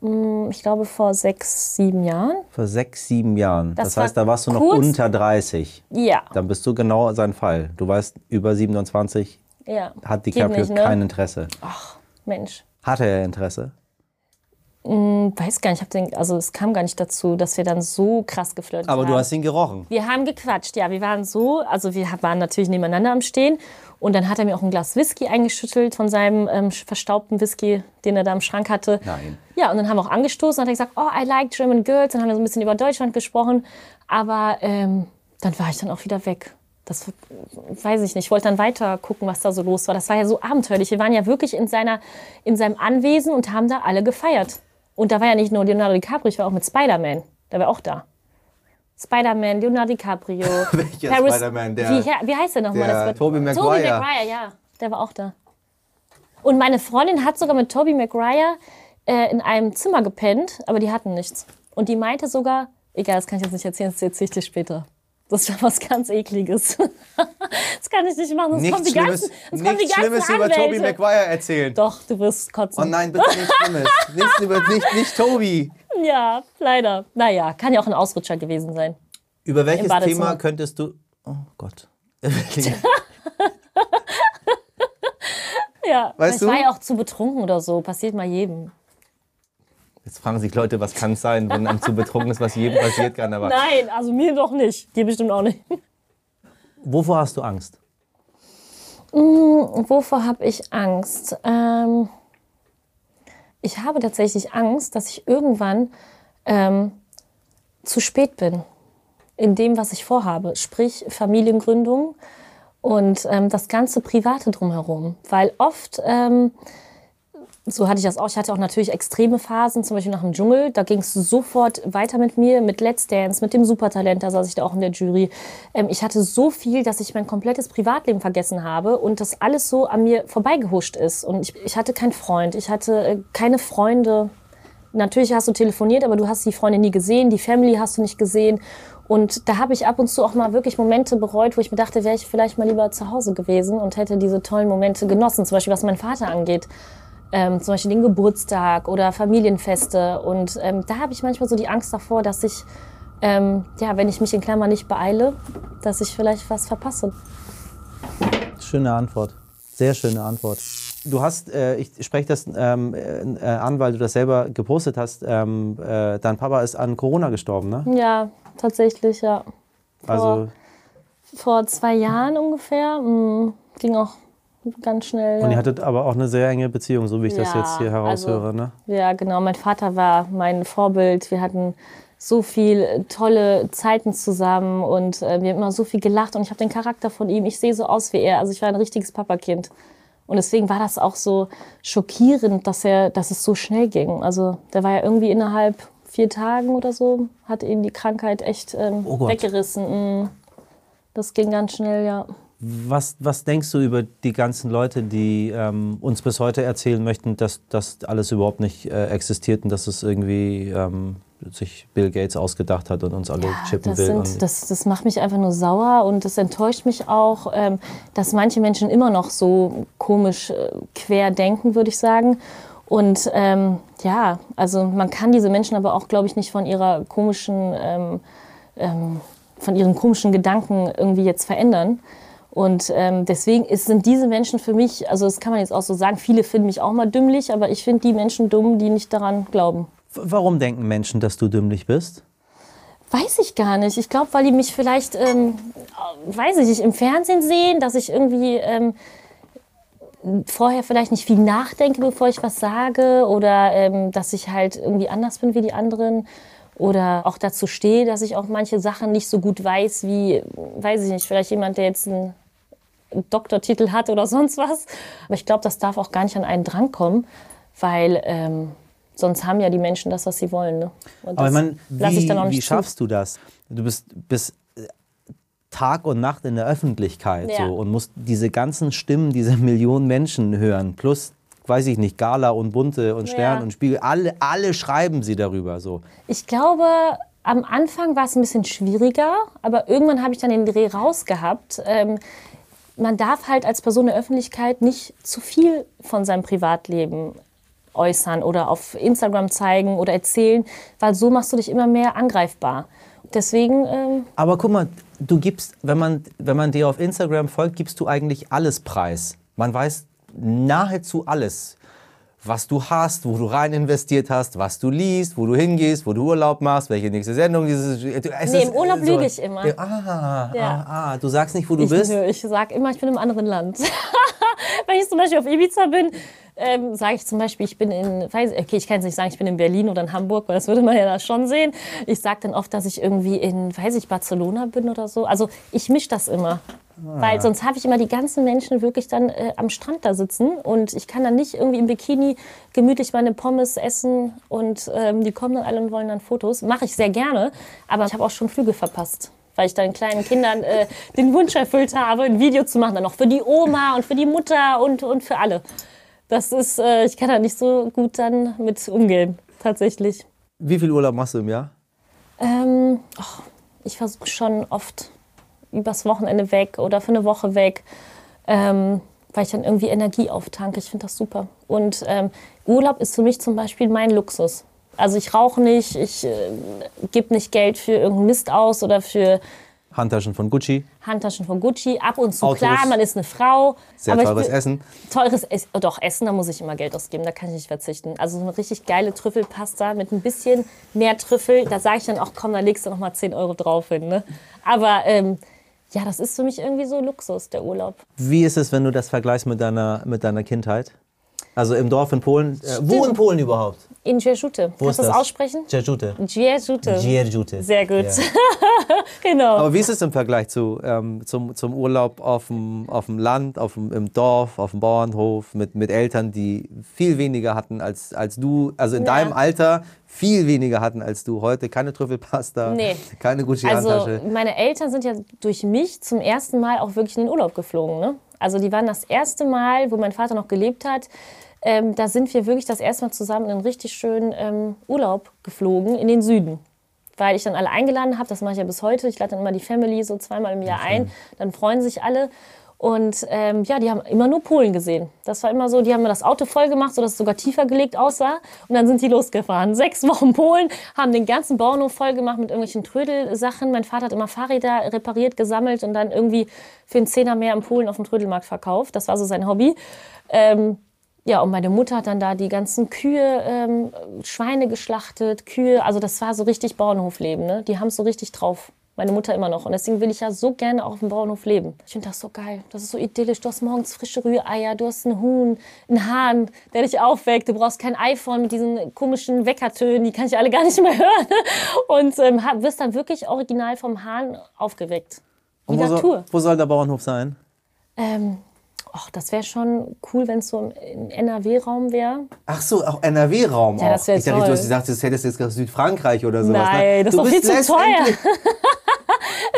Speaker 1: mm, ich glaube, vor sechs, sieben Jahren.
Speaker 5: Vor sechs, sieben Jahren.
Speaker 1: Das
Speaker 5: Das,
Speaker 1: war
Speaker 5: heißt, da warst du noch
Speaker 1: kurz-
Speaker 5: unter 30.
Speaker 1: Ja.
Speaker 5: Dann bist du genau sein Fall. Du weißt, über 27
Speaker 1: ja.
Speaker 5: hat
Speaker 1: Geht
Speaker 5: DiCaprio
Speaker 1: nicht, ne?
Speaker 5: kein Interesse.
Speaker 1: Mensch.
Speaker 5: Hatte er Interesse?
Speaker 1: Weiß gar nicht, ich hab den, also es kam gar nicht dazu, dass wir dann so krass geflirtet
Speaker 5: Aber
Speaker 1: haben.
Speaker 5: du hast ihn gerochen.
Speaker 1: wir haben gequatscht, ja, wir waren so, also wir waren natürlich nebeneinander am Stehen und dann hat er mir auch ein Glas Whisky eingeschüttelt von seinem ähm, verstaubten Whisky, den er da im Schrank hatte.
Speaker 4: Nein.
Speaker 1: Ja, und dann haben wir auch angestoßen, hat er gesagt, oh, I like German Girls, dann haben wir so ein bisschen über Deutschland gesprochen, aber ähm, dann war ich dann auch wieder weg. Das w- weiß ich nicht. Ich wollte dann weiter gucken, was da so los war. Das war ja so abenteuerlich. Wir waren ja wirklich in, seiner, in seinem Anwesen und haben da alle gefeiert. Und da war ja nicht nur Leonardo DiCaprio, ich war auch mit Spider-Man. Der war auch da. Spider-Man, Leonardo DiCaprio.
Speaker 4: Welcher Spider-Man? Der-
Speaker 1: wie, he- wie heißt der nochmal?
Speaker 4: der
Speaker 1: Das war-
Speaker 4: Tobey Maguire.
Speaker 1: Tobey Maguire, ja. Der war auch da. Und meine Freundin hat sogar mit Tobey Maguire äh, in einem Zimmer gepennt, aber die hatten nichts. Und die meinte sogar, egal, das kann ich jetzt nicht erzählen, das erzähle ich dir später. Das war was ganz Ekliges. das kann ich nicht machen, sonst kommen
Speaker 4: Nichts
Speaker 1: die
Speaker 4: Schlimmes,
Speaker 1: ganzen, sonst kommen die
Speaker 4: nichts
Speaker 1: ganzen
Speaker 4: Schlimmes über
Speaker 1: Anwälte.
Speaker 4: Toby Maguire erzählen.
Speaker 1: Doch, du wirst kotzen.
Speaker 4: Oh nein, bitte nichts Schlimmes. nichts über, nicht, nicht Toby.
Speaker 1: Ja, leider. Naja, kann ja auch ein Ausrutscher gewesen sein.
Speaker 5: Über welches
Speaker 1: Badezimmer.
Speaker 5: Thema könntest du. Oh Gott.
Speaker 1: Ja,
Speaker 4: Weißt
Speaker 1: ich
Speaker 4: du?
Speaker 1: war ja auch zu betrunken oder so. Passiert mal jedem.
Speaker 5: Jetzt fragen sich Leute, was kann es sein, wenn einem zu betrunken ist, was jedem passiert kann. Aber
Speaker 1: Nein, also mir doch nicht. Dir bestimmt auch nicht.
Speaker 5: wovor hast du Angst?
Speaker 1: Wovor habe ich Angst? Ähm, ich habe tatsächlich Angst, dass ich irgendwann ähm, zu spät bin in dem, was ich vorhabe, sprich Familiengründung und ähm, das ganze Private drumherum. Weil oft, ähm, so hatte ich das auch, ich hatte auch natürlich extreme Phasen, zum Beispiel nach dem Dschungel, da ging es sofort weiter mit mir, mit Let's Dance, mit dem Supertalent, da saß ich da auch in der Jury. Ähm, ich hatte so viel, dass ich mein komplettes Privatleben vergessen habe und das alles so an mir vorbeigehuscht ist. Und ich, ich hatte keinen Freund, ich hatte äh, keine Freunde, natürlich hast du telefoniert, aber du hast die Freunde nie gesehen, die Family hast du nicht gesehen. Und da habe ich ab und zu auch mal wirklich Momente bereut, wo ich mir dachte, wäre ich vielleicht mal lieber zu Hause gewesen und hätte diese tollen Momente genossen, zum Beispiel was meinen Vater angeht. Ähm, zum Beispiel den Geburtstag oder Familienfeste. Und ähm, da habe ich manchmal so die Angst davor, dass ich, ähm, ja, wenn ich mich in Klammern nicht beeile, dass ich vielleicht was verpasse.
Speaker 5: Schöne Antwort. Sehr schöne Antwort. Du hast, äh, ich spreche das ähm, äh, an, weil du das selber gepostet hast. Ähm, äh, dein Papa ist an Corona gestorben, ne?
Speaker 1: Ja, tatsächlich, ja.
Speaker 5: Also,
Speaker 1: Vor zwei Jahren ungefähr. mm, Ging auch ganz schnell.
Speaker 5: und
Speaker 1: ja.
Speaker 5: ihr hattet aber auch eine sehr enge Beziehung, so wie ich das
Speaker 1: Ja,
Speaker 5: jetzt hier heraushöre, ne?
Speaker 1: Ja, genau. Mein Vater war mein Vorbild. Wir hatten so viel äh, tolle Zeiten zusammen und äh, wir haben immer so viel gelacht und ich habe den Charakter von ihm. Ich sehe so aus wie er. Also ich war ein richtiges Papakind. Und deswegen war das auch so schockierend, dass er, dass es so schnell ging. Also der war ja irgendwie innerhalb vier Tagen oder so, hat ihn die Krankheit echt ähm,
Speaker 5: Oh Gott.
Speaker 1: weggerissen. Mm. Das ging ganz schnell, ja.
Speaker 5: Was, was denkst du über die ganzen Leute, die ähm, uns bis heute erzählen möchten, dass das alles überhaupt nicht äh, existiert und dass es irgendwie ähm, sich Bill Gates ausgedacht hat und uns alle chippen
Speaker 1: das,
Speaker 5: will?
Speaker 1: sind,
Speaker 5: und
Speaker 1: das, das macht mich einfach nur sauer und das enttäuscht mich auch, ähm, dass manche Menschen immer noch so komisch äh, quer denken, würde ich sagen. Und ähm, ja, also man kann diese Menschen aber auch, glaube ich, nicht von ihrer komischen, ähm, ähm, von ihren komischen Gedanken irgendwie jetzt verändern. Und ähm, deswegen ist, sind diese Menschen für mich, also das kann man jetzt auch so sagen, viele finden mich auch mal dümmlich, aber ich finde die Menschen dumm, die nicht daran glauben.
Speaker 5: W- Warum denken Menschen, dass du dümmlich bist?
Speaker 1: Weiß ich gar nicht. Ich glaube, weil die mich vielleicht, ähm, weiß ich nicht, im Fernsehen sehen, dass ich irgendwie ähm, vorher vielleicht nicht viel nachdenke, bevor ich was sage oder ähm, dass ich halt irgendwie anders bin wie die anderen oder auch dazu stehe, dass ich auch manche Sachen nicht so gut weiß wie, weiß ich nicht, vielleicht jemand, der jetzt einen Doktortitel hat oder sonst was. Aber ich glaube, das darf auch gar nicht an einen drankommen, weil ähm, sonst haben ja die Menschen das, was sie wollen. Ne? Und
Speaker 5: Aber
Speaker 1: das
Speaker 5: ich meine,
Speaker 1: lass
Speaker 5: wie,
Speaker 1: dann auch
Speaker 5: wie
Speaker 1: nicht zu.
Speaker 5: schaffst du das? Du bist bis Tag und Nacht in der Öffentlichkeit
Speaker 1: Ja.
Speaker 5: so, und musst diese ganzen Stimmen dieser Millionen Menschen hören, plus weiß ich nicht, Gala und Bunte und Stern
Speaker 1: Ja.
Speaker 5: und Spiegel, alle, alle schreiben sie darüber so.
Speaker 1: Ich glaube, am Anfang war es ein bisschen schwieriger, aber irgendwann habe ich dann den Dreh rausgehabt. Ähm, man darf halt als Person der Öffentlichkeit nicht zu viel von seinem Privatleben äußern oder auf Instagram zeigen oder erzählen, weil so machst du dich immer mehr angreifbar. Deswegen, ähm,
Speaker 5: Aber guck mal, du gibst, wenn man, wenn man dir auf Instagram folgt, gibst du eigentlich alles preis. Man weiß nahezu alles, was du hast, wo du rein investiert hast, was du liest, wo du hingehst, wo du Urlaub machst, welche nächste Sendung. Dieses, es
Speaker 1: Nee,
Speaker 5: ist,
Speaker 1: im Urlaub
Speaker 5: äh, so-
Speaker 1: lüge ich immer.
Speaker 5: Ja, ah,
Speaker 1: Ja.
Speaker 5: ah, ah, du sagst nicht, wo du
Speaker 1: ich,
Speaker 5: bist.
Speaker 1: nö, ich sage immer, ich bin im anderen Land. Wenn ich zum Beispiel auf Ibiza bin, ähm, sage ich zum Beispiel, ich bin in, weiß, okay, ich kann es nicht sagen, ich bin in Berlin oder in Hamburg, weil das würde man ja da schon sehen. Ich sage dann oft, dass ich irgendwie in, weiß ich, Barcelona bin oder so. Also ich mische das immer. Weil sonst habe ich immer die ganzen Menschen wirklich dann äh, am Strand da sitzen und ich kann dann nicht irgendwie im Bikini gemütlich meine Pommes essen und ähm, die kommen dann alle und wollen dann Fotos. Mache ich sehr gerne, aber ich habe auch schon Flüge verpasst, weil ich dann kleinen Kindern äh, den Wunsch erfüllt habe, ein Video zu machen, dann noch für die Oma und für die Mutter und, und für alle. Das ist, äh, ich kann da nicht so gut dann mit umgehen, tatsächlich.
Speaker 5: Wie viel Urlaub machst du im Jahr?
Speaker 1: Ähm, ach, ich versuche schon oft übers Wochenende weg oder für eine Woche weg, ähm, weil ich dann irgendwie Energie auftanke. Ich finde das super. Und ähm, Urlaub ist für mich zum Beispiel mein Luxus. Also ich rauche nicht, ich äh, gebe nicht Geld für irgendeinen Mist aus oder für
Speaker 5: Handtaschen von Gucci,
Speaker 1: Handtaschen von Gucci. Ab und zu,
Speaker 5: Autos.
Speaker 1: klar, man ist eine Frau.
Speaker 5: sehr
Speaker 1: aber ich
Speaker 5: teures
Speaker 1: bin-
Speaker 5: Essen.
Speaker 1: Teures Essen, oh, doch Essen, da muss ich immer Geld ausgeben, da kann ich nicht verzichten. Also so eine richtig geile Trüffelpasta mit ein bisschen mehr Trüffel, da sage ich dann auch, komm, da legst du noch mal 10 Euro drauf hin. Ne? Aber ähm, ja, das ist für mich irgendwie so Luxus, der Urlaub.
Speaker 5: Wie ist es, wenn du das vergleichst mit deiner, mit deiner Kindheit? Also im Dorf in Polen. Äh, wo in Polen überhaupt?
Speaker 1: In Jersute. Kannst du das
Speaker 5: das?
Speaker 1: aussprechen?
Speaker 5: Djerjute.
Speaker 1: Jersute.
Speaker 5: Djerjute.
Speaker 1: Sehr gut.
Speaker 5: Ja.
Speaker 1: genau.
Speaker 4: Aber wie ist es im Vergleich zu, ähm, zum, zum Urlaub auf dem, auf dem Land, auf dem, im Dorf, auf dem Bauernhof, mit, mit Eltern, die viel weniger hatten als, als du, also in
Speaker 1: Ja.
Speaker 4: deinem Alter viel weniger hatten als du heute? Keine Trüffelpasta,
Speaker 1: Nee.
Speaker 4: keine Gucci-Handtasche.
Speaker 1: Also meine Eltern sind ja durch mich zum ersten Mal auch wirklich in den Urlaub geflogen. Ne? Also die waren das erste Mal, wo mein Vater noch gelebt hat. Ähm, da sind wir wirklich das erste Mal zusammen in einen richtig schönen ähm, Urlaub geflogen in den Süden. Weil ich dann alle eingeladen habe, das mache ich ja bis heute. Ich lade dann immer die Family so zweimal im Jahr ein, dann freuen sich alle. Und ähm, ja, die haben immer nur Polen gesehen. Das war immer so, die haben mir das Auto voll gemacht, sodass es sogar tiefer gelegt aussah. Und dann sind die losgefahren. Sechs Wochen Polen, haben den ganzen Bauernhof voll gemacht mit irgendwelchen Trödelsachen. Mein Vater hat immer Fahrräder repariert, gesammelt und dann irgendwie für einen Zehner mehr in Polen auf dem Trödelmarkt verkauft. Das war so sein Hobby. Ähm, ja, und meine Mutter hat dann da die ganzen Kühe, ähm, Schweine geschlachtet, Kühe. Also das war so richtig Bauernhofleben. Ne? Die haben es so richtig drauf. Meine Mutter immer noch. Und deswegen will ich ja so gerne auf dem Bauernhof leben. Ich finde das so geil. Das ist so idyllisch. Du hast morgens frische Rühreier, du hast einen Huhn, einen Hahn, der dich aufweckt. Du brauchst kein iPhone mit diesen komischen Weckertönen. Die kann ich alle gar nicht mehr hören. Und ähm, hab- wirst dann wirklich original vom Hahn aufgeweckt. Die
Speaker 5: Und wo
Speaker 1: Natur.
Speaker 5: soll, wo soll der Bauernhof sein?
Speaker 1: Ähm, och, das wäre schon cool, wenn es so im NRW-Raum wäre.
Speaker 5: Ach so, auch NRW-Raum.
Speaker 1: Ja,
Speaker 5: auch.
Speaker 1: das wär
Speaker 5: ich dachte,
Speaker 1: toll.
Speaker 5: du hast gesagt, das hättest jetzt gesagt Südfrankreich oder sowas. ne?
Speaker 1: Nein, das
Speaker 5: Also du
Speaker 1: ist doch viel
Speaker 5: bist
Speaker 1: zu teuer.
Speaker 5: letztendlich-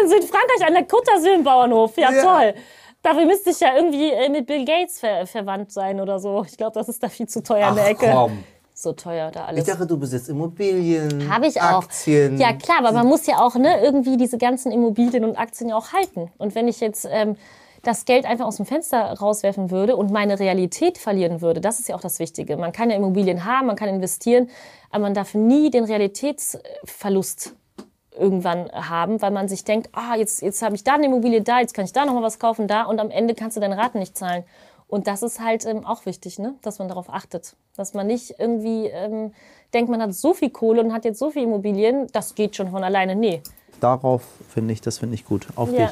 Speaker 1: In Südfrankreich an der Côte d'Azur im Bauernhof. Ja,
Speaker 5: Ja.
Speaker 1: toll. Dafür müsste ich ja irgendwie äh, mit Bill Gates ver verwandt sein oder so. Ich glaube, das ist da viel zu teuer in der
Speaker 5: Ach,
Speaker 1: Ecke.
Speaker 5: komm.
Speaker 1: So teuer da
Speaker 5: Ich
Speaker 1: alles.
Speaker 5: dachte, du besitzt Immobilien.
Speaker 1: Habe ich auch.
Speaker 5: Aktien.
Speaker 1: Ja, klar, aber man muss ja auch ne, irgendwie diese ganzen Immobilien und Aktien ja auch halten. Und wenn ich jetzt ähm, das Geld einfach aus dem Fenster rauswerfen würde und meine Realität verlieren würde, das ist ja auch das Wichtige. Man kann ja Immobilien haben, man kann investieren, aber man darf nie den Realitätsverlust irgendwann haben, weil man sich denkt, ah, jetzt, jetzt habe ich da eine Immobilie, da, jetzt kann ich da nochmal was kaufen, da und am Ende kannst du deine Raten nicht zahlen. Und das ist halt ähm, auch wichtig, ne? dass man darauf achtet, dass man nicht irgendwie ähm, denkt, man hat so viel Kohle und hat jetzt so viel Immobilien, das geht schon von alleine. Nee,
Speaker 5: Darauf finde ich, das finde ich gut. Auf
Speaker 1: Ja.
Speaker 5: dich.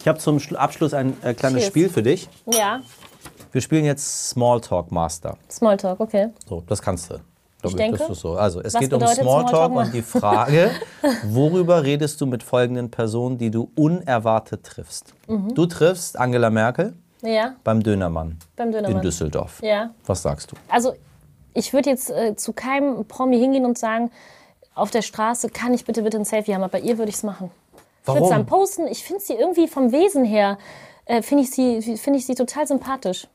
Speaker 5: Ich habe zum Schlu- Abschluss ein äh, kleines
Speaker 1: Cheers.
Speaker 5: Spiel für dich.
Speaker 1: ja,
Speaker 5: Wir spielen jetzt Smalltalk Master.
Speaker 1: Smalltalk, okay.
Speaker 5: So, das kannst du. Glaub
Speaker 1: denke.
Speaker 5: Das ist so. Also, es
Speaker 1: Was
Speaker 5: geht um
Speaker 1: bedeutet
Speaker 5: Smalltalk,
Speaker 1: Smalltalk?
Speaker 5: und die Frage, worüber redest du mit folgenden Personen, die du unerwartet triffst?
Speaker 1: Mhm.
Speaker 5: Du triffst Angela Merkel
Speaker 1: Ja,
Speaker 5: beim Dönermann
Speaker 1: beim
Speaker 5: in
Speaker 1: Dönermann.
Speaker 5: Düsseldorf.
Speaker 1: Ja.
Speaker 5: Was sagst du?
Speaker 1: Also ich würde jetzt äh, zu keinem Promi hingehen und sagen, auf der Straße kann ich bitte bitte ein Selfie haben, aber bei ihr würde ich es machen. Ich würde es
Speaker 5: Warum?
Speaker 1: dann posten. Ich finde sie irgendwie vom Wesen her, äh, finde ich, sie- find ich sie total sympathisch.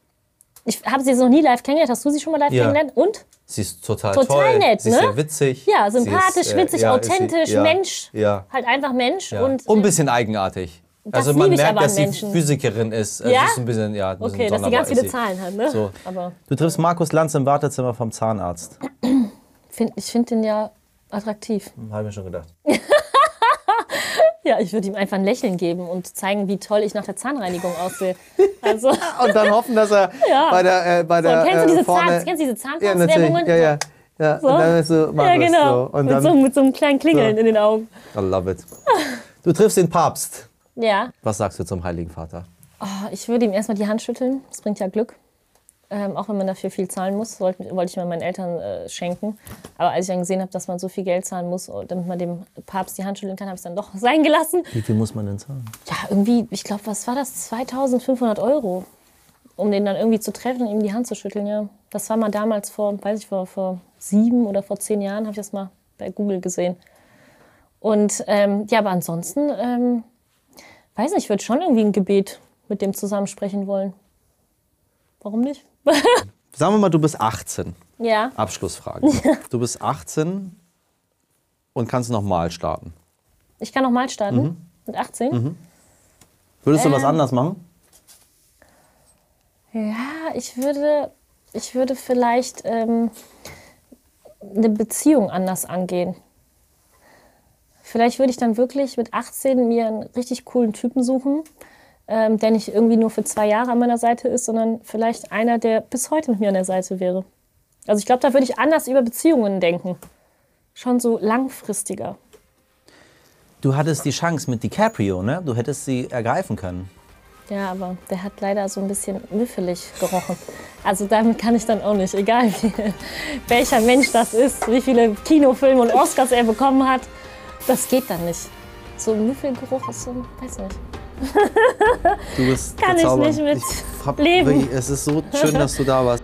Speaker 1: Ich habe sie jetzt noch nie live kennengelernt. Hast du sie schon mal live
Speaker 5: Ja.
Speaker 1: kennengelernt? Und?
Speaker 5: Sie ist total,
Speaker 1: Total
Speaker 5: toll.
Speaker 1: nett,
Speaker 5: Sie ist
Speaker 1: ne?
Speaker 5: sehr witzig.
Speaker 1: Ja,
Speaker 5: Sie ist,
Speaker 1: sympathisch,
Speaker 5: äh,
Speaker 1: witzig,
Speaker 5: ja, ist sie-
Speaker 1: authentisch,
Speaker 5: ja,
Speaker 1: Mensch.
Speaker 5: Ja.
Speaker 1: Halt einfach Mensch.
Speaker 5: Ja.
Speaker 1: Und, äh,
Speaker 5: und ein bisschen eigenartig.
Speaker 1: Das
Speaker 5: also man
Speaker 1: liebe ich
Speaker 5: merkt,
Speaker 1: aber an
Speaker 5: dass sie
Speaker 1: Menschen.
Speaker 5: Physikerin ist. Also
Speaker 1: Ja?
Speaker 5: ist ein bisschen, ja, ein bisschen
Speaker 1: okay, dass sie
Speaker 5: sonderbar
Speaker 1: ganz
Speaker 5: ist
Speaker 1: viele
Speaker 5: sie.
Speaker 1: Zahlen hat, ne?
Speaker 5: So.
Speaker 1: Aber
Speaker 5: Du triffst Markus Lanz im Wartezimmer vom Zahnarzt.
Speaker 1: find, ich finde den ja attraktiv.
Speaker 5: Habe ich mir schon gedacht.
Speaker 1: Ja, ich würde ihm einfach ein Lächeln geben und zeigen, wie toll ich nach der Zahnreinigung aussehe. Also,
Speaker 4: Und dann hoffen, dass er
Speaker 1: Ja.
Speaker 4: bei der, äh, bei
Speaker 1: so,
Speaker 4: der
Speaker 1: kennst,
Speaker 4: äh,
Speaker 1: du diese
Speaker 4: vorne...
Speaker 1: Zahn, kennst du diese
Speaker 4: ja,
Speaker 1: Zahnarztwerbungen?
Speaker 4: natürlich. Ja, ja. ja. Und dann ist so Markus
Speaker 1: ja, genau.
Speaker 4: so. Und
Speaker 1: mit,
Speaker 4: dann,
Speaker 1: so, mit so einem kleinen Klingeln in den Augen.
Speaker 4: I love it. Du triffst den Papst.
Speaker 1: Ja.
Speaker 4: Was sagst du zum Heiligen Vater?
Speaker 1: Oh, ich würde ihm erstmal die Hand schütteln. Das bringt ja Glück. Ähm, auch wenn man dafür viel zahlen muss, wollte, wollte ich mal meinen Eltern äh, schenken. Aber als ich dann gesehen habe, dass man so viel Geld zahlen muss, damit man dem Papst die Hand schütteln kann, habe ich es dann doch sein gelassen.
Speaker 5: Wie viel muss man denn zahlen?
Speaker 1: Ja, irgendwie, ich glaube, was war das? 2500 Euro, um den dann irgendwie zu treffen und ihm die Hand zu schütteln, ja. Das war mal damals vor, weiß ich, vor, vor sieben oder vor zehn Jahren, habe ich das mal bei Google gesehen. Und ähm, ja, aber ansonsten, ähm, weiß nicht, ich würde schon irgendwie ein Gebet mit dem zusammen sprechen wollen. Warum nicht?
Speaker 5: Sagen wir mal, du bist 18.
Speaker 1: Ja,
Speaker 5: Ah. Abschlussfrage. du bist 18 und kannst nochmal starten.
Speaker 1: ich kann nochmal starten. Mit 18?
Speaker 5: Würdest
Speaker 1: Ähm.
Speaker 5: du was anders machen?
Speaker 1: Ja, ich würde, ich würde vielleicht ähm, eine Beziehung anders angehen. Vielleicht würde ich dann wirklich mit 18 mir einen richtig coolen Typen suchen, ähm, der nicht irgendwie nur für zwei Jahre an meiner Seite ist, sondern vielleicht einer, der bis heute mit mir an der Seite wäre. Also ich glaube, da würde ich anders über Beziehungen denken. Schon so langfristiger.
Speaker 5: Du hattest die Chance mit DiCaprio, ne? Du hättest sie ergreifen können.
Speaker 1: Ja, aber der hat leider so ein bisschen müffelig gerochen. Also damit kann ich dann auch nicht, egal wie, welcher Mensch das ist, wie viele Kinofilme und Oscars er bekommen hat, das geht dann nicht. So ein Müffelgeruch ist so, ein- weiß nicht.
Speaker 5: Du bist
Speaker 1: Kann ich
Speaker 5: bezaubernd.
Speaker 1: nicht mit
Speaker 5: Ich hab
Speaker 1: leben.
Speaker 5: Wirklich, es ist so schön, dass du da warst.